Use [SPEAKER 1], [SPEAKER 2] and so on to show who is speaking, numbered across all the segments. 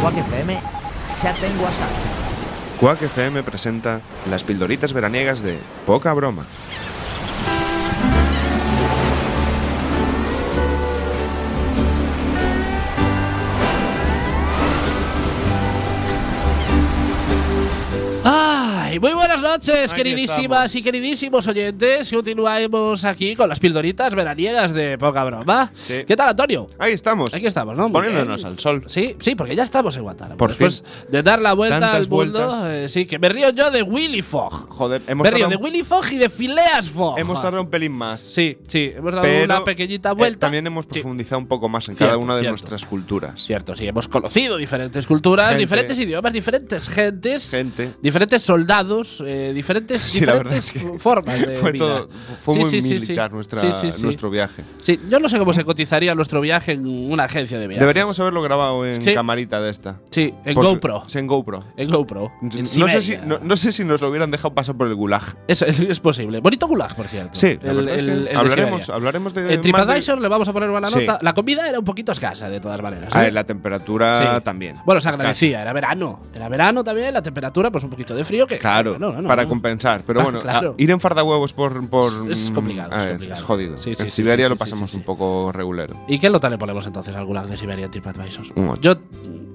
[SPEAKER 1] Quack FM, xa ten WhatsApp.
[SPEAKER 2] Quack FM presenta las pildoritas veraniegas de Poca Broma.
[SPEAKER 3] Ay, muy buenas noches,
[SPEAKER 4] Aquí
[SPEAKER 3] queridísimas
[SPEAKER 4] estamos.
[SPEAKER 3] y queridísimos oyentes. Continuamos aquí con las pildoritas veraniegas de poca broma.
[SPEAKER 2] Sí.
[SPEAKER 3] ¿Qué tal, Antonio?
[SPEAKER 2] Ahí estamos.
[SPEAKER 3] Aquí estamos, ¿no? Muy
[SPEAKER 4] Poniéndonos
[SPEAKER 3] bien.
[SPEAKER 4] al sol.
[SPEAKER 3] Sí, sí, porque ya estamos en Guantánamo.
[SPEAKER 2] Por
[SPEAKER 3] Después de dar la vuelta
[SPEAKER 2] Tantas
[SPEAKER 3] al mundo,
[SPEAKER 2] vueltas.
[SPEAKER 3] eh, sí, que me río yo de Willy Fogg.
[SPEAKER 2] Joder, hemos
[SPEAKER 3] Me río
[SPEAKER 2] tardado,
[SPEAKER 3] de Willy Fogg y de Phileas Fogg.
[SPEAKER 2] hemos tardado un pelín más.
[SPEAKER 3] Sí, sí, hemos dado
[SPEAKER 2] pero
[SPEAKER 3] una pequeñita
[SPEAKER 2] eh,
[SPEAKER 3] vuelta.
[SPEAKER 2] también hemos
[SPEAKER 3] Sí.
[SPEAKER 2] profundizado un poco más en
[SPEAKER 3] Cierto,
[SPEAKER 2] cada una de
[SPEAKER 3] cierto.
[SPEAKER 2] nuestras culturas.
[SPEAKER 3] Cierto, sí, hemos conocido diferentes culturas,
[SPEAKER 2] Gente.
[SPEAKER 3] diferentes idiomas, diferentes gentes,
[SPEAKER 2] Gente.
[SPEAKER 3] diferentes soldados, eh, diferentes,
[SPEAKER 2] Sí, la verdad
[SPEAKER 3] diferentes
[SPEAKER 2] es que
[SPEAKER 3] formas de
[SPEAKER 2] Fue,
[SPEAKER 3] vida.
[SPEAKER 2] todo, fue
[SPEAKER 3] Sí,
[SPEAKER 2] muy
[SPEAKER 3] sí, sí, sí.
[SPEAKER 2] militar Nuestra,
[SPEAKER 3] Sí, sí, sí.
[SPEAKER 2] nuestro viaje.
[SPEAKER 3] Sí, yo no sé cómo se cotizaría nuestro viaje en una agencia de viajes.
[SPEAKER 2] Deberíamos haberlo grabado en
[SPEAKER 3] Sí.
[SPEAKER 2] camarita de esta.
[SPEAKER 3] Sí, en
[SPEAKER 2] Porque-
[SPEAKER 3] GoPro.
[SPEAKER 2] sí, en GoPro.
[SPEAKER 3] En GoPro. en
[SPEAKER 2] No
[SPEAKER 3] Siberia.
[SPEAKER 2] sé, si, no, no sé si nos lo hubieran dejado pasar por el gulag.
[SPEAKER 3] Es, es- es posible. Bonito gulag, por cierto.
[SPEAKER 2] Sí, la
[SPEAKER 3] El-
[SPEAKER 2] verdad es que
[SPEAKER 3] el- el de
[SPEAKER 2] hablaremos,
[SPEAKER 3] Siberia.
[SPEAKER 2] hablaremos de.
[SPEAKER 3] En
[SPEAKER 2] más de-
[SPEAKER 3] TripAdvisor le vamos a poner una
[SPEAKER 2] Sí.
[SPEAKER 3] nota. La comida era un poquito escasa, de todas maneras.
[SPEAKER 2] A
[SPEAKER 3] ¿eh?
[SPEAKER 2] ver, la temperatura
[SPEAKER 3] Sí.
[SPEAKER 2] también.
[SPEAKER 3] Bueno, se
[SPEAKER 2] Es casi-
[SPEAKER 3] agradecía, era verano. Era verano también, la temperatura, pues un poquito de frío. Que,
[SPEAKER 2] Claro,
[SPEAKER 3] no, no, no,
[SPEAKER 2] para
[SPEAKER 3] no.
[SPEAKER 2] compensar. Pero
[SPEAKER 3] Ah,
[SPEAKER 2] bueno,
[SPEAKER 3] claro.
[SPEAKER 2] a- ir en fardahuevos por. por
[SPEAKER 3] Es- es
[SPEAKER 2] mm,
[SPEAKER 3] complicado,
[SPEAKER 2] a
[SPEAKER 3] es
[SPEAKER 2] ver,
[SPEAKER 3] complicado.
[SPEAKER 2] jodido.
[SPEAKER 3] Sí, sí,
[SPEAKER 2] en
[SPEAKER 3] sí,
[SPEAKER 2] Siberia
[SPEAKER 3] sí,
[SPEAKER 2] lo
[SPEAKER 3] sí, sí,
[SPEAKER 2] pasamos
[SPEAKER 3] sí.
[SPEAKER 2] un poco regulero.
[SPEAKER 3] ¿Y qué nota le ponemos entonces al gulag de Siberia en TripAdvisor?
[SPEAKER 2] Un ocho.
[SPEAKER 3] Yo,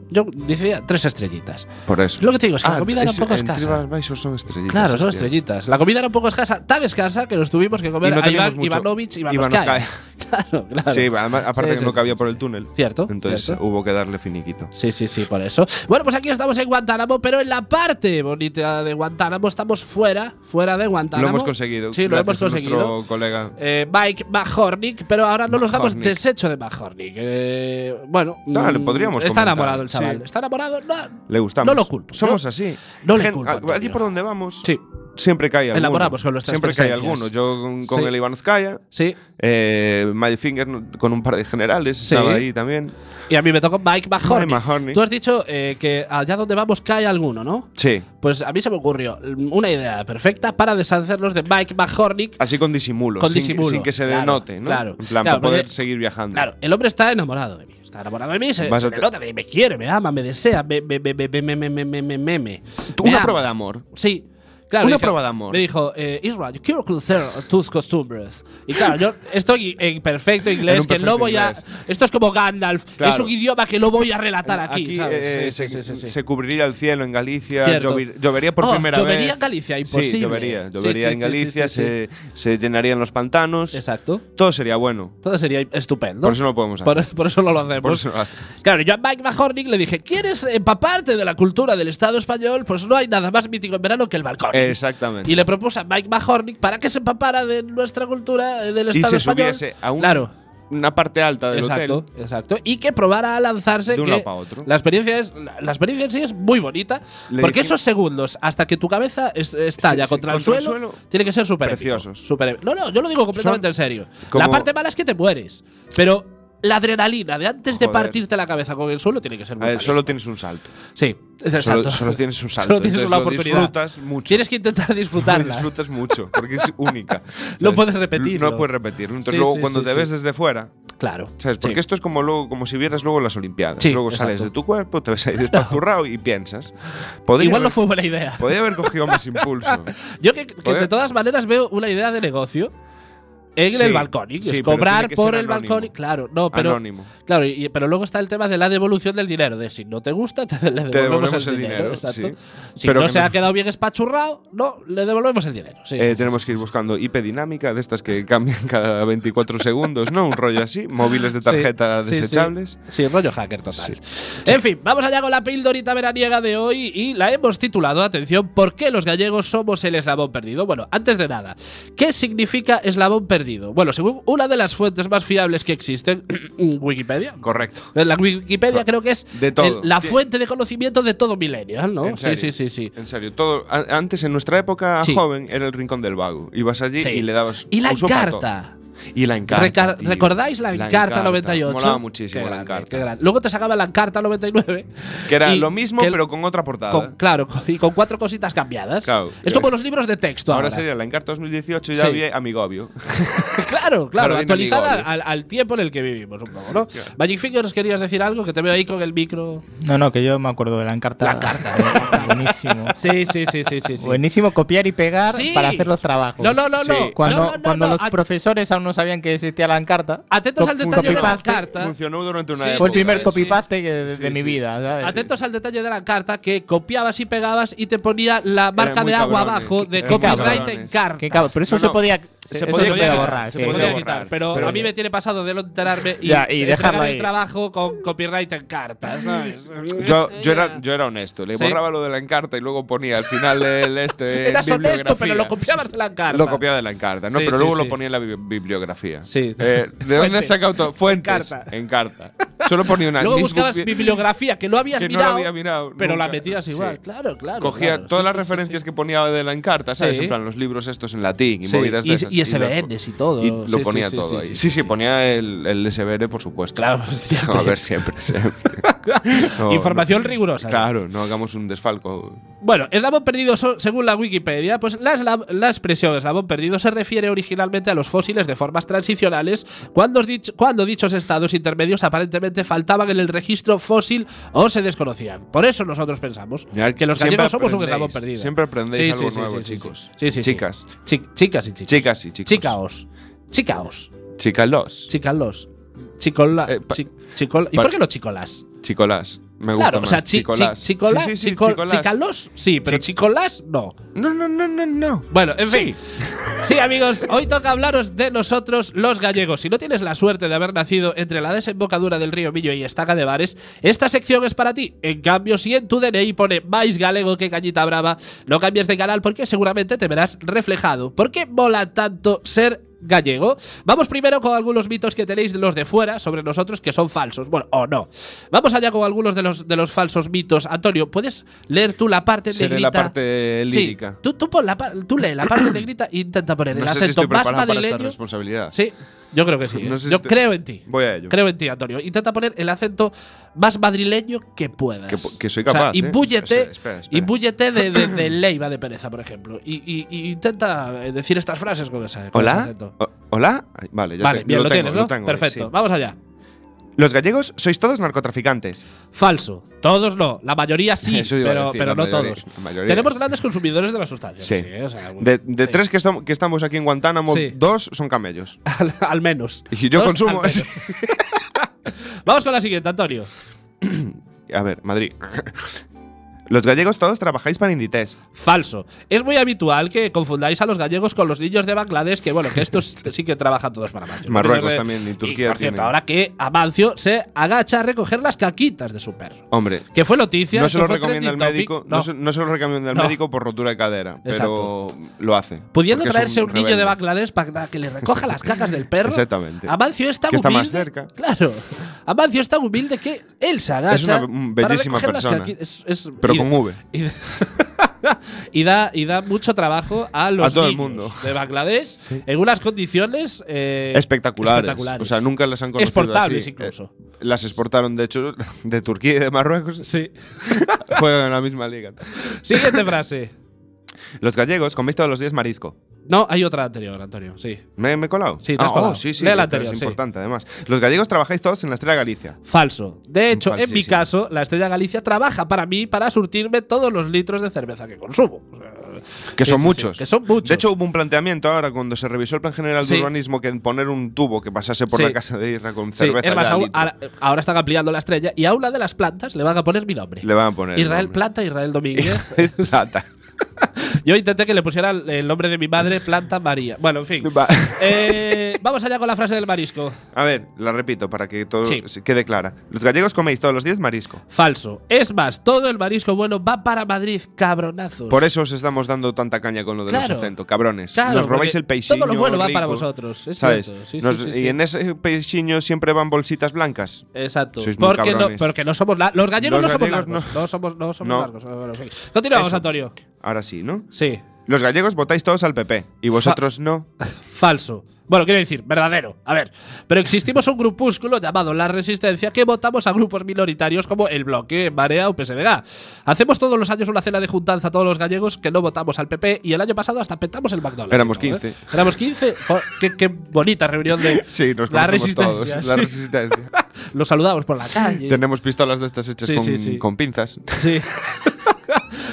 [SPEAKER 3] yo decía tres estrellitas.
[SPEAKER 2] Por eso. Ah,
[SPEAKER 3] Lo que te digo es que la comida era
[SPEAKER 2] es-
[SPEAKER 3] un poco
[SPEAKER 2] en
[SPEAKER 3] escasa.
[SPEAKER 2] TripAdvisor son estrellitas.
[SPEAKER 3] Claro, son
[SPEAKER 2] hostia.
[SPEAKER 3] estrellitas. La comida era un poco escasa, tan escasa que nos tuvimos que comer
[SPEAKER 2] Y no
[SPEAKER 3] a
[SPEAKER 2] teníamos
[SPEAKER 3] Iván,
[SPEAKER 2] mucho.
[SPEAKER 3] Ivanovich y
[SPEAKER 2] Ivanovskaya.
[SPEAKER 3] Claro, claro.
[SPEAKER 2] Sí, además, aparte
[SPEAKER 3] Sí,
[SPEAKER 2] que
[SPEAKER 3] sí,
[SPEAKER 2] no
[SPEAKER 3] sí,
[SPEAKER 2] cabía
[SPEAKER 3] sí,
[SPEAKER 2] por
[SPEAKER 3] sí.
[SPEAKER 2] el túnel.
[SPEAKER 3] Cierto.
[SPEAKER 2] Entonces
[SPEAKER 3] cierto.
[SPEAKER 2] hubo que darle finiquito.
[SPEAKER 3] Sí, sí, sí, por eso. Bueno, pues aquí estamos en Guantánamo, pero en la parte bonita de Guantánamo estamos fuera, fuera de Guantánamo.
[SPEAKER 2] Lo hemos conseguido.
[SPEAKER 3] Sí, lo hemos
[SPEAKER 2] gracias a
[SPEAKER 3] conseguido.
[SPEAKER 2] Nuestro colega.
[SPEAKER 3] Eh, Mike Mahornick, pero ahora no nos damos
[SPEAKER 2] Mahornic.
[SPEAKER 3] deshecho de Mahornick. Eh, bueno,
[SPEAKER 2] Ah, le
[SPEAKER 3] mm,
[SPEAKER 2] podríamos
[SPEAKER 3] está
[SPEAKER 2] comentar,
[SPEAKER 3] enamorado el chaval.
[SPEAKER 2] sí.
[SPEAKER 3] ¿Está enamorado? No.
[SPEAKER 2] Le gustamos.
[SPEAKER 3] No lo culpo,
[SPEAKER 2] Somos
[SPEAKER 3] ¿no?
[SPEAKER 2] así.
[SPEAKER 3] No le
[SPEAKER 2] Gen-
[SPEAKER 3] culpo,
[SPEAKER 2] a-
[SPEAKER 3] Antonio.
[SPEAKER 2] Allí por donde vamos,
[SPEAKER 3] Sí,
[SPEAKER 2] siempre cae alguno.
[SPEAKER 3] Elaboramos con nuestras
[SPEAKER 2] Siempre cae
[SPEAKER 3] presencias.
[SPEAKER 2] alguno. Yo con, con
[SPEAKER 3] Sí.
[SPEAKER 2] el Ivanovskaya,
[SPEAKER 3] sí.
[SPEAKER 2] eh, Madfinger no- con un par de generales
[SPEAKER 3] Sí.
[SPEAKER 2] estaba ahí también.
[SPEAKER 3] Y a mí me tocó Mike
[SPEAKER 2] Mike
[SPEAKER 3] Mahornick.
[SPEAKER 2] Mahornick.
[SPEAKER 3] Tú has dicho eh, que allá donde vamos cae alguno, ¿no?
[SPEAKER 2] Sí.
[SPEAKER 3] Pues a mí se me ocurrió mm, una idea perfecta para deshacernos de Mike Mahornick.
[SPEAKER 2] Así con disimulo.
[SPEAKER 3] Con
[SPEAKER 2] sin, que-
[SPEAKER 3] disimulo,
[SPEAKER 2] sin que se le
[SPEAKER 3] claro,
[SPEAKER 2] note, ¿no?
[SPEAKER 3] claro.
[SPEAKER 2] en plan, para
[SPEAKER 3] Claro,
[SPEAKER 2] poder
[SPEAKER 3] porque-
[SPEAKER 2] seguir viajando.
[SPEAKER 3] Claro, el hombre está enamorado de mí. Está enamorado de mí, se,
[SPEAKER 2] Vas
[SPEAKER 3] se
[SPEAKER 2] a
[SPEAKER 3] le
[SPEAKER 2] te-
[SPEAKER 3] nota, me, me quiere, me ama, me desea, me, me, me, me, me, me, me, me, me, me, me.
[SPEAKER 2] Tú,
[SPEAKER 3] Me
[SPEAKER 2] una
[SPEAKER 3] ama.
[SPEAKER 2] prueba de amor.
[SPEAKER 3] Sí. Claro,
[SPEAKER 2] Una
[SPEAKER 3] me dijo-
[SPEAKER 2] prueba de amor.
[SPEAKER 3] Me dijo, eh, Isra, yo quiero conocer tus costumbres. Y claro, yo estoy en perfecto inglés,
[SPEAKER 2] En un
[SPEAKER 3] que no
[SPEAKER 2] perfecto
[SPEAKER 3] voy a.
[SPEAKER 2] inglés.
[SPEAKER 3] Esto es como Gandalf,
[SPEAKER 2] Claro.
[SPEAKER 3] es un idioma que no voy a relatar aquí. ¿sabes?
[SPEAKER 2] eh, se,
[SPEAKER 3] Sí, sí, sí, sí.
[SPEAKER 2] se cubriría el cielo en Galicia,
[SPEAKER 3] Cierto.
[SPEAKER 2] llover- llovería por
[SPEAKER 3] Oh,
[SPEAKER 2] primera vez.
[SPEAKER 3] llovería en Galicia,
[SPEAKER 2] Sí,
[SPEAKER 3] imposible.
[SPEAKER 2] llovería.
[SPEAKER 3] Sí,
[SPEAKER 2] Llovería
[SPEAKER 3] sí,
[SPEAKER 2] en
[SPEAKER 3] sí,
[SPEAKER 2] Galicia,
[SPEAKER 3] sí, sí,
[SPEAKER 2] Se, se llenarían los pantanos.
[SPEAKER 3] Exacto.
[SPEAKER 2] Todo sería bueno.
[SPEAKER 3] Todo sería estupendo.
[SPEAKER 2] Por eso no lo podemos hacer.
[SPEAKER 3] Por, por eso no lo hacemos.
[SPEAKER 2] Por eso no lo hacemos.
[SPEAKER 3] Claro, yo a Mike Mahornick le dije, ¿quieres empaparte de la cultura del Estado español? Pues no hay nada más mítico en verano que el balcón.
[SPEAKER 2] Exactamente.
[SPEAKER 3] Y le propuse a Mike Mahornick para que se empapara de nuestra cultura eh, del
[SPEAKER 2] Y
[SPEAKER 3] Estado
[SPEAKER 2] se
[SPEAKER 3] español.
[SPEAKER 2] subiese a un-
[SPEAKER 3] Claro.
[SPEAKER 2] una parte alta del
[SPEAKER 3] Exacto,
[SPEAKER 2] hotel.
[SPEAKER 3] exacto. Y que probara a lanzarse.
[SPEAKER 2] De un lado
[SPEAKER 3] que
[SPEAKER 2] pa' otro.
[SPEAKER 3] La experiencia, es, la, la experiencia en sí es muy bonita.
[SPEAKER 2] Le
[SPEAKER 3] porque
[SPEAKER 2] dije-
[SPEAKER 3] esos segundos, hasta que tu cabeza es- estalla
[SPEAKER 2] Sí, sí,
[SPEAKER 3] contra, el,
[SPEAKER 2] contra
[SPEAKER 3] suelo,
[SPEAKER 2] el suelo,
[SPEAKER 3] tiene que ser súper
[SPEAKER 2] preciosos.
[SPEAKER 3] no, no, yo lo digo completamente
[SPEAKER 2] Son
[SPEAKER 3] en serio. La
[SPEAKER 2] como-
[SPEAKER 3] parte mala es que te mueres. Pero la adrenalina de antes de
[SPEAKER 2] Joder.
[SPEAKER 3] partirte la cabeza con el suelo tiene que ser
[SPEAKER 2] A ver,
[SPEAKER 3] brutal.
[SPEAKER 2] solo tienes un salto.
[SPEAKER 3] Sí, exacto.
[SPEAKER 2] Solo, solo tienes un salto.
[SPEAKER 3] Solo tienes
[SPEAKER 2] Entonces
[SPEAKER 3] una
[SPEAKER 2] lo
[SPEAKER 3] oportunidad.
[SPEAKER 2] disfrutas mucho.
[SPEAKER 3] Tienes que intentar
[SPEAKER 2] Lo
[SPEAKER 3] disfrutarla.
[SPEAKER 2] disfrutas mucho, porque es única.
[SPEAKER 3] No
[SPEAKER 2] ¿Sabes?
[SPEAKER 3] puedes repetirlo.
[SPEAKER 2] No puedes repetirlo. Entonces,
[SPEAKER 3] Sí,
[SPEAKER 2] luego,
[SPEAKER 3] sí,
[SPEAKER 2] cuando
[SPEAKER 3] sí,
[SPEAKER 2] te
[SPEAKER 3] sí.
[SPEAKER 2] ves desde fuera,
[SPEAKER 3] Claro.
[SPEAKER 2] ¿sabes? Porque
[SPEAKER 3] sí.
[SPEAKER 2] esto es como, luego, como si vieras luego las Olimpiadas.
[SPEAKER 3] Sí,
[SPEAKER 2] luego sales
[SPEAKER 3] exacto.
[SPEAKER 2] de tu cuerpo, te ves ahí despazurrado y piensas. Podría
[SPEAKER 3] Igual no
[SPEAKER 2] haber,
[SPEAKER 3] fue buena idea.
[SPEAKER 2] podría haber cogido más impulso.
[SPEAKER 3] Yo que, que
[SPEAKER 2] Joder.
[SPEAKER 3] de todas maneras veo una idea de negocio en
[SPEAKER 2] Sí,
[SPEAKER 3] el balcón.
[SPEAKER 2] sí,
[SPEAKER 3] es
[SPEAKER 2] pero
[SPEAKER 3] cobrar
[SPEAKER 2] tiene que
[SPEAKER 3] por
[SPEAKER 2] ser
[SPEAKER 3] el
[SPEAKER 2] anónimo.
[SPEAKER 3] balcón. Claro, no, pero.
[SPEAKER 2] Anónimo.
[SPEAKER 3] Claro, y- pero luego está el tema de la devolución del dinero. De si no te gusta, te le devolvemos,
[SPEAKER 2] devolvemos el dinero,
[SPEAKER 3] exacto.
[SPEAKER 2] sí.
[SPEAKER 3] Si
[SPEAKER 2] Pero
[SPEAKER 3] no
[SPEAKER 2] que
[SPEAKER 3] se
[SPEAKER 2] no-
[SPEAKER 3] ha quedado bien espachurrado, no, le devolvemos el dinero. Sí,
[SPEAKER 2] Eh,
[SPEAKER 3] sí, sí,
[SPEAKER 2] tenemos
[SPEAKER 3] sí.
[SPEAKER 2] que ir buscando IP dinámica, de estas que cambian cada 24 segundos, ¿no? Un rollo así. Móviles de
[SPEAKER 3] Sí,
[SPEAKER 2] tarjeta
[SPEAKER 3] sí, sí.
[SPEAKER 2] desechables.
[SPEAKER 3] Sí, rollo hacker total. En fin, vamos allá con la pildorita veraniega de hoy y la hemos titulado, atención, ¿por qué los gallegos somos el eslabón perdido? Bueno, antes de nada, ¿qué significa eslabón perdido? Bueno, según una de las fuentes más fiables que existen, Wikipedia.
[SPEAKER 2] Correcto.
[SPEAKER 3] La Wikipedia creo que es
[SPEAKER 2] De todo.
[SPEAKER 3] el- la
[SPEAKER 2] Sí.
[SPEAKER 3] fuente de conocimiento de todo millennial, ¿no?
[SPEAKER 2] ¿En
[SPEAKER 3] Sí,
[SPEAKER 2] serio?
[SPEAKER 3] sí, sí, sí.
[SPEAKER 2] En serio, todo a- antes en nuestra época
[SPEAKER 3] Sí.
[SPEAKER 2] joven era el rincón del vago. Ibas allí
[SPEAKER 3] Sí.
[SPEAKER 2] y le dabas
[SPEAKER 3] Y la
[SPEAKER 2] uso para todo.
[SPEAKER 3] carta.
[SPEAKER 2] Y la encarta.
[SPEAKER 3] Reca-
[SPEAKER 2] tío.
[SPEAKER 3] ¿Recordáis la Encarta 98?
[SPEAKER 2] Molaba
[SPEAKER 3] Qué
[SPEAKER 2] muchísimo la
[SPEAKER 3] grande, qué
[SPEAKER 2] encarta.
[SPEAKER 3] grande. Luego te sacaba la Encarta 99.
[SPEAKER 2] Que era
[SPEAKER 3] y
[SPEAKER 2] lo mismo,
[SPEAKER 3] que-
[SPEAKER 2] pero con otra portada.
[SPEAKER 3] Con, claro, con- y con cuatro cositas cambiadas.
[SPEAKER 2] Claro.
[SPEAKER 3] es como los libros de texto ahora.
[SPEAKER 2] Ahora sería la encarta 2018 y ya
[SPEAKER 3] Sí.
[SPEAKER 2] había Amigobio.
[SPEAKER 3] Claro, claro,
[SPEAKER 2] viene ¿eh?
[SPEAKER 3] actualizada
[SPEAKER 2] amigable.
[SPEAKER 3] al, al tiempo en el que vivimos un poco, ¿no?
[SPEAKER 2] Claro.
[SPEAKER 3] Magic Fingers, ¿querías decir algo? Que te veo ahí con el micro.
[SPEAKER 4] No, no, que yo me acuerdo de la encarta.
[SPEAKER 3] La ¿eh?
[SPEAKER 4] carta. Buenísimo.
[SPEAKER 3] Sí, sí, sí, sí, sí. sí.
[SPEAKER 4] Buenísimo copiar y pegar
[SPEAKER 3] Sí.
[SPEAKER 4] para hacer los trabajos.
[SPEAKER 3] No, no, no,
[SPEAKER 2] Sí.
[SPEAKER 3] no.
[SPEAKER 4] Cuando,
[SPEAKER 3] No, no, no,
[SPEAKER 4] cuando
[SPEAKER 3] no.
[SPEAKER 4] los
[SPEAKER 3] At-
[SPEAKER 4] profesores aún no sabían que existía la encarta,
[SPEAKER 3] Atentos
[SPEAKER 4] co-
[SPEAKER 3] al detalle de la
[SPEAKER 4] copy-paste
[SPEAKER 3] carta.
[SPEAKER 2] Funcionó durante una
[SPEAKER 3] Sí,
[SPEAKER 2] época.
[SPEAKER 4] fue el primer
[SPEAKER 3] sí,
[SPEAKER 4] copy-paste que- de,
[SPEAKER 2] Sí,
[SPEAKER 4] de mi
[SPEAKER 2] sí.
[SPEAKER 4] vida. ¿sabes?
[SPEAKER 3] Atentos al detalle de la carta que copiabas y pegabas y te ponía la marca
[SPEAKER 2] muy
[SPEAKER 3] de agua
[SPEAKER 2] cabrones,
[SPEAKER 3] abajo de
[SPEAKER 2] eran
[SPEAKER 4] muy
[SPEAKER 3] copyright
[SPEAKER 2] cabrones.
[SPEAKER 3] en carta.
[SPEAKER 4] Qué cabrón, Pero eso
[SPEAKER 2] No,
[SPEAKER 4] se
[SPEAKER 2] no.
[SPEAKER 4] podía,
[SPEAKER 2] Se
[SPEAKER 4] eso
[SPEAKER 2] podía
[SPEAKER 4] se podía
[SPEAKER 2] quitar,
[SPEAKER 4] borrar.
[SPEAKER 2] se
[SPEAKER 4] sí,
[SPEAKER 3] Lo
[SPEAKER 2] podía
[SPEAKER 4] eso-
[SPEAKER 3] podría quitar,
[SPEAKER 2] borrar,
[SPEAKER 3] pero,
[SPEAKER 2] pero
[SPEAKER 3] a mí
[SPEAKER 2] bueno.
[SPEAKER 3] me tiene pasado de no enterarme y,
[SPEAKER 4] Ya, y
[SPEAKER 3] entregar
[SPEAKER 4] dejarlo
[SPEAKER 3] el
[SPEAKER 4] ahí.
[SPEAKER 3] trabajo con copyright en carta. ¿sabes?
[SPEAKER 2] Yo, yo, era, yo era honesto, le
[SPEAKER 3] Sí.
[SPEAKER 2] borraba lo de la encarta y luego ponía al final del este.
[SPEAKER 3] Eras honesto, pero lo
[SPEAKER 2] bibliografía.
[SPEAKER 3] copiabas de la carta.
[SPEAKER 2] Lo copiaba de la encarta, ¿no?
[SPEAKER 3] Sí,
[SPEAKER 2] pero
[SPEAKER 3] sí,
[SPEAKER 2] luego
[SPEAKER 3] sí.
[SPEAKER 2] lo ponía en la bi- bibliografía.
[SPEAKER 3] Sí.
[SPEAKER 2] Eh, ¿De dónde has sacado todo? Fuentes.
[SPEAKER 3] Encarta.
[SPEAKER 2] Encarta. Solo ponía una.
[SPEAKER 3] Luego
[SPEAKER 2] ni
[SPEAKER 3] buscabas
[SPEAKER 2] supi-
[SPEAKER 3] bibliografía que no habías
[SPEAKER 2] que no la
[SPEAKER 3] mirado,
[SPEAKER 2] había mirado
[SPEAKER 3] pero la
[SPEAKER 2] nunca.
[SPEAKER 3] metías
[SPEAKER 2] Sí.
[SPEAKER 3] igual. Claro, claro.
[SPEAKER 2] Cogía
[SPEAKER 3] claro.
[SPEAKER 2] todas
[SPEAKER 3] Sí,
[SPEAKER 2] las
[SPEAKER 3] sí, sí,
[SPEAKER 2] referencias
[SPEAKER 3] sí.
[SPEAKER 2] que ponía de la encarta, ¿sabes?
[SPEAKER 3] Sí.
[SPEAKER 2] En plan, los libros estos en latín y
[SPEAKER 3] Sí,
[SPEAKER 2] movidas de
[SPEAKER 3] y-
[SPEAKER 2] esas.
[SPEAKER 3] y
[SPEAKER 2] los-
[SPEAKER 3] SBNs y todo.
[SPEAKER 2] Y lo
[SPEAKER 3] Sí,
[SPEAKER 2] ponía
[SPEAKER 3] sí, sí,
[SPEAKER 2] todo
[SPEAKER 3] sí,
[SPEAKER 2] ahí. Sí,
[SPEAKER 3] sí, sí,
[SPEAKER 2] sí,
[SPEAKER 3] sí.
[SPEAKER 2] ponía el, el SBN, por supuesto.
[SPEAKER 3] Claro, siempre.
[SPEAKER 2] A ver, siempre. siempre. No,
[SPEAKER 3] Información
[SPEAKER 2] no.
[SPEAKER 3] rigurosa.
[SPEAKER 2] Claro, no hagamos un desfalco.
[SPEAKER 3] Bueno, eslabón perdido, so- según la Wikipedia, pues la, esla- la expresión eslabón perdido se refiere originalmente a los fósiles de formas transicionales cuando, dich- cuando dichos estados intermedios aparentemente faltaban en el registro fósil o se desconocían. Por eso nosotros pensamos
[SPEAKER 2] Mirad,
[SPEAKER 3] que los
[SPEAKER 2] siempre
[SPEAKER 3] gallegos somos un
[SPEAKER 2] aprendéis,
[SPEAKER 3] eslabón perdido.
[SPEAKER 2] siempre aprendéis algo nuevo,
[SPEAKER 3] sí, sí.
[SPEAKER 2] chicos.
[SPEAKER 3] Sí, sí, sí.
[SPEAKER 2] Chicas.
[SPEAKER 3] Chi- chicas y chicos.
[SPEAKER 2] Chicas y chicos.
[SPEAKER 3] Chicaos. Chicaos.
[SPEAKER 2] Chicalos.
[SPEAKER 3] Chicalos. Chicola.
[SPEAKER 2] Eh, pa-
[SPEAKER 3] chi- chicol- ¿Y
[SPEAKER 2] pa-
[SPEAKER 3] por qué los chicolas?
[SPEAKER 2] Chicolás. Me gusta
[SPEAKER 3] Claro, o
[SPEAKER 2] más.
[SPEAKER 3] sea, chi- chi-
[SPEAKER 2] Chicolás.
[SPEAKER 3] chicola-
[SPEAKER 2] Sí, sí, sí,
[SPEAKER 3] chicol-
[SPEAKER 2] chicolás.
[SPEAKER 3] chicalos, sí, pero
[SPEAKER 2] Chi-
[SPEAKER 3] chicolas no.
[SPEAKER 2] No, no, no, no, no.
[SPEAKER 3] Bueno, en
[SPEAKER 2] Sí.
[SPEAKER 3] fin. Sí, amigos, hoy toca hablaros de nosotros los gallegos. Si no tienes la suerte de haber nacido entre la desembocadura del río Millo y Estaca de Bares, esta sección es para ti. En cambio, si en tu DNI pone más galego que cañita brava, no cambies de canal porque seguramente te verás reflejado. ¿Por qué mola tanto ser gallego? Vamos primero con algunos mitos que tenéis de los de fuera sobre nosotros que son falsos. Bueno, o no. Vamos allá con algunos de los, de los falsos mitos. Antonio, ¿puedes leer tú la parte
[SPEAKER 2] Seré la
[SPEAKER 3] negrita?
[SPEAKER 2] parte
[SPEAKER 3] Sí,
[SPEAKER 2] lírica.
[SPEAKER 3] tú, tú, pon la par- tú lee la parte negrita e intenta poner el
[SPEAKER 2] No sé si
[SPEAKER 3] acento
[SPEAKER 2] estoy
[SPEAKER 3] más
[SPEAKER 2] preparado para esta
[SPEAKER 3] madrileño.
[SPEAKER 2] responsabilidad.
[SPEAKER 3] Sí, yo creo que sí. ¿eh?
[SPEAKER 2] No sé si
[SPEAKER 3] yo
[SPEAKER 2] estoy-
[SPEAKER 3] creo en ti.
[SPEAKER 2] Voy a ello.
[SPEAKER 3] Creo en ti, Antonio. Intenta poner el acento más madrileño que puedas.
[SPEAKER 2] Que po- que soy
[SPEAKER 3] O sea,
[SPEAKER 2] capaz, ¿eh?
[SPEAKER 3] imbúyete-
[SPEAKER 2] Espera, espera, espera.
[SPEAKER 3] imbúyete de, de- de Leiva de Pereza, por ejemplo. Y, y- y intenta eh, decir estas frases con, esa, con ese
[SPEAKER 2] ¿Hola?
[SPEAKER 3] acento.
[SPEAKER 2] O- ¿Hola? Ay, Vale, ya
[SPEAKER 3] Vale,
[SPEAKER 2] te-
[SPEAKER 3] bien, lo,
[SPEAKER 2] tengo,
[SPEAKER 3] tienes, ¿no?
[SPEAKER 2] lo tengo,
[SPEAKER 3] Perfecto,
[SPEAKER 2] sí.
[SPEAKER 3] vamos allá.
[SPEAKER 2] Los gallegos sois todos narcotraficantes.
[SPEAKER 3] Falso. Todos no. La mayoría sí,
[SPEAKER 2] Eso iba a
[SPEAKER 3] pero,
[SPEAKER 2] decir,
[SPEAKER 3] pero
[SPEAKER 2] la
[SPEAKER 3] no
[SPEAKER 2] mayoría-
[SPEAKER 3] todos.
[SPEAKER 2] la mayoría.
[SPEAKER 3] Tenemos grandes consumidores de las sustancias. Sí.
[SPEAKER 2] Sí.
[SPEAKER 3] ¿eh? O sea, bueno,
[SPEAKER 2] De, de
[SPEAKER 3] sí.
[SPEAKER 2] tres que, estam- que estamos aquí en Guantánamo,
[SPEAKER 3] Sí.
[SPEAKER 2] dos son camellos.
[SPEAKER 3] al, al menos.
[SPEAKER 2] Y yo
[SPEAKER 3] Dos,
[SPEAKER 2] consumo
[SPEAKER 3] al menos. Vamos con la siguiente, Antonio.
[SPEAKER 2] A ver, Madrid. Los gallegos todos trabajáis para Inditex.
[SPEAKER 3] Falso. Es muy habitual que confundáis a los gallegos con los niños de Bangladesh, que bueno, que estos sí que trabajan todos para Amancio.
[SPEAKER 2] Marruecos
[SPEAKER 3] Eh,
[SPEAKER 2] también y Turquía
[SPEAKER 3] por cierto,
[SPEAKER 2] tienen.
[SPEAKER 3] ahora que Amancio se agacha a recoger las caquitas de su perro.
[SPEAKER 2] Hombre,
[SPEAKER 3] Que fue noticia.
[SPEAKER 2] no se
[SPEAKER 3] que
[SPEAKER 2] lo
[SPEAKER 3] fue
[SPEAKER 2] recomienda al
[SPEAKER 3] trending
[SPEAKER 2] médico,
[SPEAKER 3] topic.
[SPEAKER 2] no.
[SPEAKER 3] No.
[SPEAKER 2] se, no se lo recomienda al
[SPEAKER 3] No.
[SPEAKER 2] médico por rotura de cadera, pero lo hace.
[SPEAKER 3] Pudiendo
[SPEAKER 2] porque es
[SPEAKER 3] traerse un, niño
[SPEAKER 2] rebelde.
[SPEAKER 3] de Bangladesh para que le recoja las cacas del perro.
[SPEAKER 2] Exactamente.
[SPEAKER 3] Amancio es tan
[SPEAKER 2] Que está
[SPEAKER 3] humilde.
[SPEAKER 2] más cerca.
[SPEAKER 3] Claro. Amancio es tan humilde que él se agacha.
[SPEAKER 2] Es una mm,
[SPEAKER 3] para
[SPEAKER 2] bellísima
[SPEAKER 3] recoger las
[SPEAKER 2] persona,
[SPEAKER 3] caqui- es- es-
[SPEAKER 2] Pero
[SPEAKER 3] y- Eh,
[SPEAKER 2] con V.
[SPEAKER 3] Y, y da, y da mucho trabajo a los
[SPEAKER 2] A todo el
[SPEAKER 3] niños
[SPEAKER 2] mundo.
[SPEAKER 3] de Bangladesh en unas condiciones eh,
[SPEAKER 2] espectaculares.
[SPEAKER 3] espectaculares.
[SPEAKER 2] O sea, nunca las han conocido
[SPEAKER 3] Exportables
[SPEAKER 2] así.
[SPEAKER 3] incluso.
[SPEAKER 2] Eh, las exportaron, de hecho, de Turquía y de Marruecos.
[SPEAKER 3] Sí.
[SPEAKER 2] Juegan en la misma liga.
[SPEAKER 3] Siguiente frase.
[SPEAKER 2] Los gallegos coméis todos los días marisco.
[SPEAKER 3] No, hay otra anterior, Antonio. Sí.
[SPEAKER 2] ¿Me, me he colado?
[SPEAKER 3] Sí, te has
[SPEAKER 2] Ah,
[SPEAKER 3] colado.
[SPEAKER 2] oh, sí, sí.
[SPEAKER 3] Lee
[SPEAKER 2] esta
[SPEAKER 3] la anterior,
[SPEAKER 2] es
[SPEAKER 3] sí.
[SPEAKER 2] importante, además. Los gallegos trabajáis todos en la Estrella Galicia.
[SPEAKER 3] Falso. De hecho, en mi
[SPEAKER 2] Falsísimo.
[SPEAKER 3] caso, la Estrella Galicia trabaja para mí para surtirme todos los litros de cerveza que consumo. O sea,
[SPEAKER 2] Que
[SPEAKER 3] sí,
[SPEAKER 2] son
[SPEAKER 3] sí, sí,
[SPEAKER 2] muchos.
[SPEAKER 3] que son muchos.
[SPEAKER 2] De hecho, hubo un planteamiento ahora cuando se revisó el Plan General
[SPEAKER 3] Sí.
[SPEAKER 2] de Urbanismo que poner un tubo que pasase por
[SPEAKER 3] Sí.
[SPEAKER 2] la casa de Isra con
[SPEAKER 3] Sí,
[SPEAKER 2] cerveza.
[SPEAKER 3] es más,
[SPEAKER 2] ya
[SPEAKER 3] aún-
[SPEAKER 2] litro.
[SPEAKER 3] ahora, ahora están ampliando la estrella y a una de las plantas le van a poner mi nombre.
[SPEAKER 2] Le van a poner. el
[SPEAKER 3] Israel
[SPEAKER 2] nombre.
[SPEAKER 3] Planta, Israel Domínguez.
[SPEAKER 2] Plata.
[SPEAKER 3] Yo intenté que le pusieran el nombre de mi madre, Planta María. Bueno, en fin.
[SPEAKER 2] Va.
[SPEAKER 3] Eh, vamos allá con la frase del marisco.
[SPEAKER 2] A ver, la repito para que todo
[SPEAKER 3] Sí.
[SPEAKER 2] se quede clara. Los gallegos coméis todos los días marisco.
[SPEAKER 3] Falso. Es más, todo el marisco bueno va para Madrid, cabronazos.
[SPEAKER 2] Por eso os estamos dando tanta caña con lo de
[SPEAKER 3] Claro.
[SPEAKER 2] los acentos, cabrones.
[SPEAKER 3] Claro,
[SPEAKER 2] Nos robáis
[SPEAKER 3] porque
[SPEAKER 2] el peixinho.
[SPEAKER 3] Todo lo bueno va
[SPEAKER 2] rico,
[SPEAKER 3] para vosotros. Es
[SPEAKER 2] ¿Sabes?
[SPEAKER 3] cierto. Sí, sí,
[SPEAKER 2] Nos-
[SPEAKER 3] sí,
[SPEAKER 2] Y
[SPEAKER 3] sí.
[SPEAKER 2] en ese peixinho siempre van bolsitas blancas.
[SPEAKER 3] Exacto.
[SPEAKER 2] Sois muy
[SPEAKER 3] Porque no,
[SPEAKER 2] cabrones.
[SPEAKER 3] porque no somos la- Los gallegos
[SPEAKER 2] Los
[SPEAKER 3] no somos
[SPEAKER 2] gallegos
[SPEAKER 3] largos. No. somos, no somos
[SPEAKER 2] No.
[SPEAKER 3] largos. Bueno, en fin. Continuamos,
[SPEAKER 2] Eso.
[SPEAKER 3] Antonio.
[SPEAKER 2] Ahora sí, ¿no?
[SPEAKER 3] Sí.
[SPEAKER 2] Los gallegos votáis todos al PP y vosotros no.
[SPEAKER 3] Falso. Bueno, quiero decir, verdadero. A ver. Pero existimos un grupúsculo llamado La Resistencia que votamos a grupos minoritarios como el Bloque, Marea o PSDG. Hacemos todos los años una cena de juntanza a todos los gallegos que no votamos al PP y el año pasado hasta petamos el McDonald's.
[SPEAKER 2] Éramos
[SPEAKER 3] y todo, ¿eh?
[SPEAKER 2] 15.
[SPEAKER 3] Éramos 15. Jo, qué, qué bonita reunión de
[SPEAKER 2] Sí, nos
[SPEAKER 3] La
[SPEAKER 2] conocemos todos.
[SPEAKER 3] Resistencia,
[SPEAKER 2] La
[SPEAKER 3] sí.
[SPEAKER 2] resistencia.
[SPEAKER 3] Los saludamos por la calle.
[SPEAKER 2] Tenemos pistolas de estas hechas
[SPEAKER 3] Sí,
[SPEAKER 2] con,
[SPEAKER 3] sí, sí.
[SPEAKER 2] con pinzas.
[SPEAKER 3] Sí.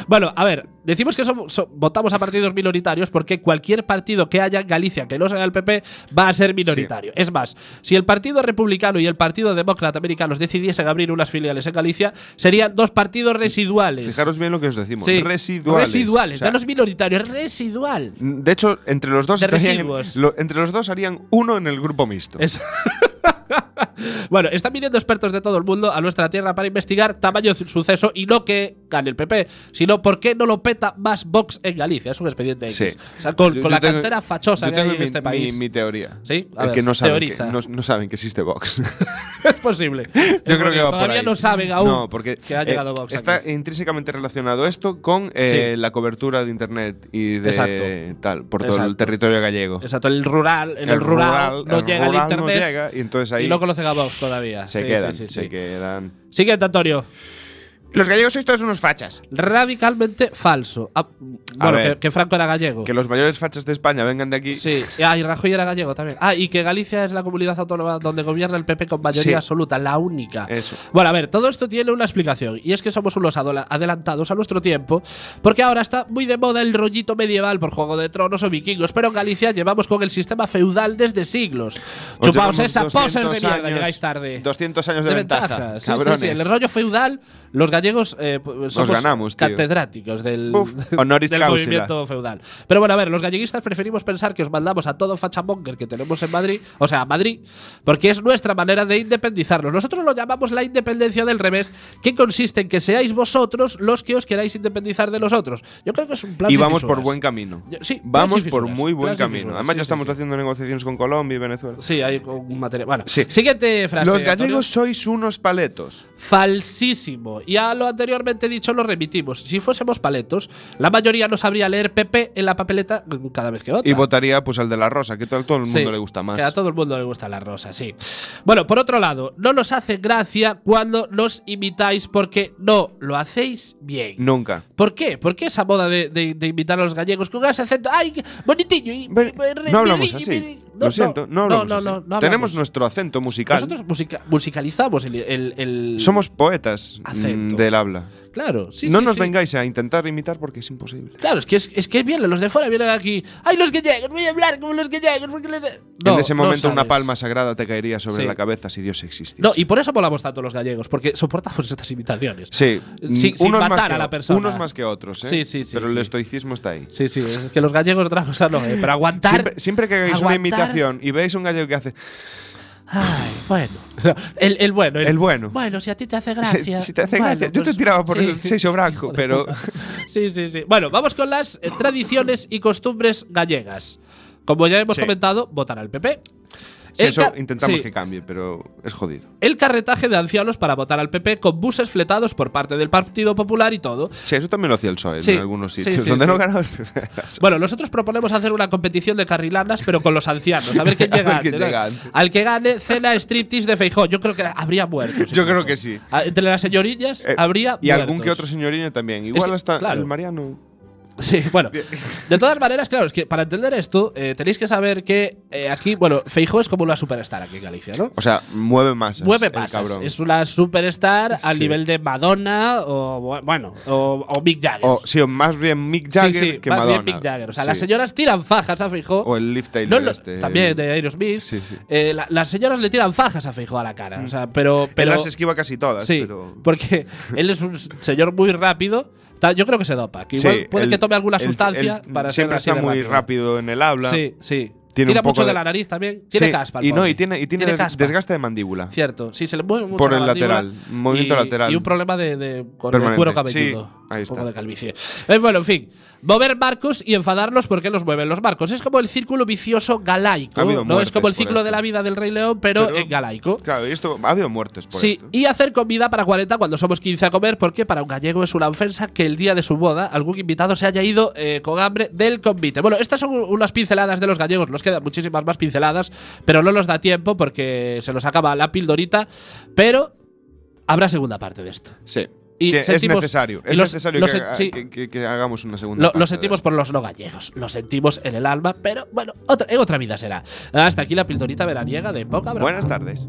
[SPEAKER 3] bueno, a ver, decimos que somos- so- votamos a partidos minoritarios porque cualquier partido que haya en Galicia que no sea el PP va a ser minoritario. Es más, si el Partido Republicano y el Partido Demócrata Americanos decidiesen abrir unas filiales en Galicia, serían dos partidos residuales.
[SPEAKER 2] Fijaros bien lo que os decimos.
[SPEAKER 3] Sí.
[SPEAKER 2] Residuales.
[SPEAKER 3] Residuales,
[SPEAKER 2] O sea,
[SPEAKER 3] ya no es minoritario, es residual.
[SPEAKER 2] de hecho, entre los dos
[SPEAKER 3] De
[SPEAKER 2] estarían-
[SPEAKER 3] residuos.
[SPEAKER 2] lo- entre los dos harían uno en el grupo mixto.
[SPEAKER 3] Es- bueno, están viniendo expertos de todo el mundo a nuestra tierra para investigar tamaño su- suceso y no que gane el PP, sino por qué no lo peta más Vox en Galicia. Es un expediente X.
[SPEAKER 2] Sí.
[SPEAKER 3] O sea, con,
[SPEAKER 2] Yo-
[SPEAKER 3] con
[SPEAKER 2] yo
[SPEAKER 3] la
[SPEAKER 2] tengo-
[SPEAKER 3] cantera fachosa
[SPEAKER 2] yo
[SPEAKER 3] que hay
[SPEAKER 2] tengo
[SPEAKER 3] en
[SPEAKER 2] mi,
[SPEAKER 3] este
[SPEAKER 2] mi-
[SPEAKER 3] país.
[SPEAKER 2] mi teoría.
[SPEAKER 3] Sí, a
[SPEAKER 2] El
[SPEAKER 3] ver,
[SPEAKER 2] que no saben que,
[SPEAKER 3] teoriza.
[SPEAKER 2] no, no saben que existe Vox.
[SPEAKER 3] es posible.
[SPEAKER 2] Yo creo que va por
[SPEAKER 3] Todavía
[SPEAKER 2] ahí.
[SPEAKER 3] no saben aún
[SPEAKER 2] No, porque
[SPEAKER 3] que ha
[SPEAKER 2] eh,
[SPEAKER 3] llegado Vox.
[SPEAKER 2] Está
[SPEAKER 3] aquí.
[SPEAKER 2] intrínsecamente relacionado esto con eh, la cobertura de internet y de
[SPEAKER 3] Exacto.
[SPEAKER 2] tal por todo el
[SPEAKER 3] Exacto.
[SPEAKER 2] territorio gallego.
[SPEAKER 3] Exacto, el rural, en el, rural, no
[SPEAKER 2] el
[SPEAKER 3] llega el
[SPEAKER 2] rural no
[SPEAKER 3] internet
[SPEAKER 2] llega, y entonces ahí
[SPEAKER 3] y no conocen a Vox todavía.
[SPEAKER 2] se
[SPEAKER 3] Sí, sí,
[SPEAKER 2] quedan,
[SPEAKER 3] sí,
[SPEAKER 2] se
[SPEAKER 3] sí.
[SPEAKER 2] quedan.
[SPEAKER 3] Siguiente, Antonio.
[SPEAKER 2] Los gallegos sois todos unos fachas.
[SPEAKER 3] Radicalmente falso. Ah, bueno,
[SPEAKER 2] ver.
[SPEAKER 3] que, que Franco era gallego.
[SPEAKER 2] Que los mayores fachas de España vengan de aquí.
[SPEAKER 3] Sí, ah, y Rajoy era gallego también. Ah, y que Galicia es la comunidad autónoma donde gobierna el PP con mayoría
[SPEAKER 2] Sí.
[SPEAKER 3] absoluta, la única.
[SPEAKER 2] Eso.
[SPEAKER 3] Bueno, a ver, todo esto tiene una explicación y es que somos unos adola- adelantados a nuestro tiempo porque ahora está muy de moda el rollito medieval por Juego de Tronos o Vikingos, pero en Galicia llevamos con el sistema feudal desde siglos.
[SPEAKER 2] Os
[SPEAKER 3] Chupaos
[SPEAKER 2] Pues llevamos
[SPEAKER 3] esa poser
[SPEAKER 2] 200
[SPEAKER 3] de mierda,
[SPEAKER 2] años-
[SPEAKER 3] llegáis tarde.
[SPEAKER 2] 200 años de,
[SPEAKER 3] De
[SPEAKER 2] ventaja.
[SPEAKER 3] Sí, sí,
[SPEAKER 2] cabrones.
[SPEAKER 3] sí, En el rollo feudal, los gallegos eh, p- somos
[SPEAKER 2] ganamos, tío.
[SPEAKER 3] catedráticos del,
[SPEAKER 2] Uf, honoris
[SPEAKER 3] del
[SPEAKER 2] causa.
[SPEAKER 3] movimiento feudal. Pero bueno, a ver, los galleguistas preferimos pensar que os mandamos a todo fachamonger que tenemos en Madrid, o sea, a Madrid, porque es nuestra manera de independizarnos. Nosotros lo llamamos la independencia del revés, que consiste en que seáis vosotros los que os queráis independizar de los otros. Yo creo que es un plan
[SPEAKER 2] y
[SPEAKER 3] sin
[SPEAKER 2] vamos por
[SPEAKER 3] fisuras.
[SPEAKER 2] buen camino.
[SPEAKER 3] Yo- sí, plan
[SPEAKER 2] vamos
[SPEAKER 3] sin
[SPEAKER 2] por
[SPEAKER 3] fisuras,
[SPEAKER 2] muy
[SPEAKER 3] plan
[SPEAKER 2] buen
[SPEAKER 3] sin
[SPEAKER 2] camino.
[SPEAKER 3] fisuras,
[SPEAKER 2] Además,
[SPEAKER 3] sí,
[SPEAKER 2] ya
[SPEAKER 3] sí,
[SPEAKER 2] estamos
[SPEAKER 3] sí.
[SPEAKER 2] haciendo negociaciones con Colombia y Venezuela.
[SPEAKER 3] Sí, hay un material. Bueno,
[SPEAKER 2] Sí.
[SPEAKER 3] siguiente frase.
[SPEAKER 2] Los
[SPEAKER 3] Antonio.
[SPEAKER 2] gallegos sois unos paletos.
[SPEAKER 3] Falsísimo. Y a lo anteriormente dicho lo remitimos. Si fuésemos paletos, la mayoría no sabría leer PP en la papeleta cada vez que vota.
[SPEAKER 2] Y votaría pues al de la rosa, que a todo el mundo
[SPEAKER 3] Sí,
[SPEAKER 2] le gusta más.
[SPEAKER 3] Que a todo el mundo le gusta la rosa, sí. Bueno, por otro lado, no nos hace gracia cuando nos imitáis porque no lo hacéis bien.
[SPEAKER 2] Nunca.
[SPEAKER 3] ¿Por qué? ¿Por qué esa moda de, de- de imitar a los gallegos con ese acento? ¡Ay, bonitillo! Y,
[SPEAKER 2] Ven-
[SPEAKER 3] y- re-
[SPEAKER 2] no hablamos
[SPEAKER 3] birri-
[SPEAKER 2] así.
[SPEAKER 3] birri- No,
[SPEAKER 2] Lo siento, no, hablamos
[SPEAKER 3] no,
[SPEAKER 2] así.
[SPEAKER 3] no, no
[SPEAKER 2] Tenemos
[SPEAKER 3] hablamos.
[SPEAKER 2] nuestro acento musical.
[SPEAKER 3] Nosotros musica- musicalizamos el, el- el-
[SPEAKER 2] Somos poetas mm,
[SPEAKER 3] Acento.
[SPEAKER 2] del habla.
[SPEAKER 3] Claro, sí,
[SPEAKER 2] no
[SPEAKER 3] sí,
[SPEAKER 2] nos
[SPEAKER 3] sí.
[SPEAKER 2] vengáis a intentar imitar porque es imposible.
[SPEAKER 3] Claro, es que es, es que vienen los de fuera, vienen aquí. ¡Ay, los gallegos! Voy a hablar como los gallegos. Porque les... No,
[SPEAKER 2] en ese
[SPEAKER 3] no
[SPEAKER 2] momento una
[SPEAKER 3] sabes.
[SPEAKER 2] palma sagrada te caería sobre
[SPEAKER 3] Sí.
[SPEAKER 2] la cabeza si Dios existiese.
[SPEAKER 3] No, y por eso volamos tanto los gallegos, porque soportamos estas imitaciones.
[SPEAKER 2] sí,
[SPEAKER 3] Sin-
[SPEAKER 2] mm,
[SPEAKER 3] sin
[SPEAKER 2] unos,
[SPEAKER 3] matar
[SPEAKER 2] más que,
[SPEAKER 3] a la
[SPEAKER 2] o-
[SPEAKER 3] persona.
[SPEAKER 2] unos más que otros, ¿eh?
[SPEAKER 3] Sí, sí, sí,
[SPEAKER 2] Pero
[SPEAKER 3] sí.
[SPEAKER 2] el estoicismo está ahí.
[SPEAKER 3] Sí, sí, es que los gallegos otra cosa no, eh, pero aguantar.
[SPEAKER 2] Siempre, siempre que hagáis una
[SPEAKER 3] aguantar-
[SPEAKER 2] imitación y veáis un gallego que hace
[SPEAKER 3] Ay, bueno. El, el bueno.
[SPEAKER 2] el bueno.
[SPEAKER 3] Bueno, si a ti te hace
[SPEAKER 2] Si-
[SPEAKER 3] gracia.
[SPEAKER 2] Si, te hace gracia,
[SPEAKER 3] bueno,
[SPEAKER 2] yo
[SPEAKER 3] pues-
[SPEAKER 2] te tiraba por
[SPEAKER 3] sí.
[SPEAKER 2] el seiso blanco, pero
[SPEAKER 3] Sí, sí, sí. Bueno, vamos con las eh, tradiciones y costumbres gallegas. Como ya hemos
[SPEAKER 2] Sí.
[SPEAKER 3] comentado, votar al PP.
[SPEAKER 2] Sí,
[SPEAKER 3] El
[SPEAKER 2] eso
[SPEAKER 3] ca-
[SPEAKER 2] intentamos
[SPEAKER 3] sí.
[SPEAKER 2] que cambie, pero es jodido.
[SPEAKER 3] El carretaje de ancianos para votar al PP con buses fletados por parte del Partido Popular y todo.
[SPEAKER 2] Sí, eso también lo hacía el PSOE
[SPEAKER 3] Sí,
[SPEAKER 2] en algunos
[SPEAKER 3] sí,
[SPEAKER 2] sitios
[SPEAKER 3] sí,
[SPEAKER 2] donde
[SPEAKER 3] sí.
[SPEAKER 2] no ganaba el
[SPEAKER 3] Bueno, nosotros proponemos hacer una competición de carrilanas, pero con los ancianos. A ver quién
[SPEAKER 2] A
[SPEAKER 3] llega,
[SPEAKER 2] ver quién
[SPEAKER 3] antes, ¿no?
[SPEAKER 2] llega antes.
[SPEAKER 3] Al que gane, cena striptease de Feijó. Yo creo que habría muertos.
[SPEAKER 2] Yo creo
[SPEAKER 3] incluso.
[SPEAKER 2] que sí.
[SPEAKER 3] Ah, Entre las señorillas
[SPEAKER 2] Eh,
[SPEAKER 3] habría
[SPEAKER 2] Y algún
[SPEAKER 3] muertos.
[SPEAKER 2] que otro señorino también. Igual
[SPEAKER 3] que,
[SPEAKER 2] hasta
[SPEAKER 3] claro.
[SPEAKER 2] el Mariano.
[SPEAKER 3] Sí, bueno. De todas maneras, claro, es que para entender esto eh, tenéis que saber que eh, aquí, bueno, Feijó es como una superstar aquí en Galicia, ¿no?
[SPEAKER 2] O sea, mueve masas.
[SPEAKER 3] Mueve
[SPEAKER 2] el
[SPEAKER 3] pasas.
[SPEAKER 2] cabrón.
[SPEAKER 3] Es una superstar al
[SPEAKER 2] Sí.
[SPEAKER 3] nivel de Madonna o, bueno, o, o Mick Jagger.
[SPEAKER 2] O sí, o más bien Mick Jagger
[SPEAKER 3] sí, sí,
[SPEAKER 2] que
[SPEAKER 3] más
[SPEAKER 2] Madonna.
[SPEAKER 3] bien Mick Jagger. O sea,
[SPEAKER 2] Sí.
[SPEAKER 3] las señoras tiran fajas a Feijó.
[SPEAKER 2] O el Liv
[SPEAKER 3] No,
[SPEAKER 2] Taylor
[SPEAKER 3] no,
[SPEAKER 2] este.
[SPEAKER 3] También eh, de Aerosmith.
[SPEAKER 2] Sí, sí.
[SPEAKER 3] Eh, la- las señoras le tiran fajas a Feijó a la cara. O sea, pero.
[SPEAKER 2] Él
[SPEAKER 3] pero
[SPEAKER 2] las esquiva casi todas,
[SPEAKER 3] sí,
[SPEAKER 2] pero…
[SPEAKER 3] porque él es un señor muy rápido. Ta- Yo creo que se dopa. Que igual
[SPEAKER 2] Sí,
[SPEAKER 3] puede
[SPEAKER 2] el-
[SPEAKER 3] que tome alguna
[SPEAKER 2] el-
[SPEAKER 3] sustancia
[SPEAKER 2] el-
[SPEAKER 3] para ser
[SPEAKER 2] Siempre
[SPEAKER 3] así
[SPEAKER 2] está
[SPEAKER 3] de
[SPEAKER 2] muy
[SPEAKER 3] rápido.
[SPEAKER 2] rápido en el habla.
[SPEAKER 3] Sí, sí.
[SPEAKER 2] Tiene un
[SPEAKER 3] Tira
[SPEAKER 2] poco
[SPEAKER 3] mucho de,
[SPEAKER 2] de-
[SPEAKER 3] la nariz también. Tiene
[SPEAKER 2] Sí,
[SPEAKER 3] caspa. el
[SPEAKER 2] Y no,
[SPEAKER 3] pobre.
[SPEAKER 2] y tiene, y tiene, des-
[SPEAKER 3] caspa.
[SPEAKER 2] desgaste de mandíbula.
[SPEAKER 3] Cierto, sí, se le mueve mucho
[SPEAKER 2] Por
[SPEAKER 3] la
[SPEAKER 2] el
[SPEAKER 3] mandíbula
[SPEAKER 2] lateral, movimiento
[SPEAKER 3] y-
[SPEAKER 2] lateral.
[SPEAKER 3] Y un problema de, de- con el
[SPEAKER 2] Permanente.
[SPEAKER 3] cuero cabelludo.
[SPEAKER 2] Sí, ahí
[SPEAKER 3] Un poco
[SPEAKER 2] está.
[SPEAKER 3] de calvicie. Eh, bueno, en fin. Mover barcos y enfadarlos porque los mueven los barcos. Es como el círculo vicioso galaico.
[SPEAKER 2] Ha habido
[SPEAKER 3] no es como
[SPEAKER 2] muertes
[SPEAKER 3] el
[SPEAKER 2] por
[SPEAKER 3] ciclo
[SPEAKER 2] esto.
[SPEAKER 3] de la vida del Rey León, pero,
[SPEAKER 2] Pero-
[SPEAKER 3] en galaico.
[SPEAKER 2] Claro, y esto ha habido muertes por
[SPEAKER 3] Sí,
[SPEAKER 2] esto.
[SPEAKER 3] y hacer comida para 40 cuando somos 15 a comer, porque para un gallego es una ofensa que el día de su boda algún invitado se haya ido eh, con hambre del convite. Bueno, estas son unas pinceladas de los gallegos, nos quedan muchísimas más pinceladas, pero no nos da tiempo porque se nos acaba la pildorita, pero habrá segunda parte de esto.
[SPEAKER 2] Sí.
[SPEAKER 3] Y
[SPEAKER 2] Que es
[SPEAKER 3] sentimos-
[SPEAKER 2] necesario.
[SPEAKER 3] y
[SPEAKER 2] Es
[SPEAKER 3] lo-
[SPEAKER 2] necesario
[SPEAKER 3] lo
[SPEAKER 2] que,
[SPEAKER 3] sen-
[SPEAKER 2] haga-
[SPEAKER 3] sí.
[SPEAKER 2] que- que- que hagamos una segunda.
[SPEAKER 3] Lo,
[SPEAKER 2] parte
[SPEAKER 3] lo
[SPEAKER 2] de
[SPEAKER 3] sentimos
[SPEAKER 2] esto.
[SPEAKER 3] por los no gallegos, lo sentimos en el alma, pero bueno, otra, en otra vida será. Hasta aquí la pildorita veraniega de Poca Broma.
[SPEAKER 2] Buenas tardes.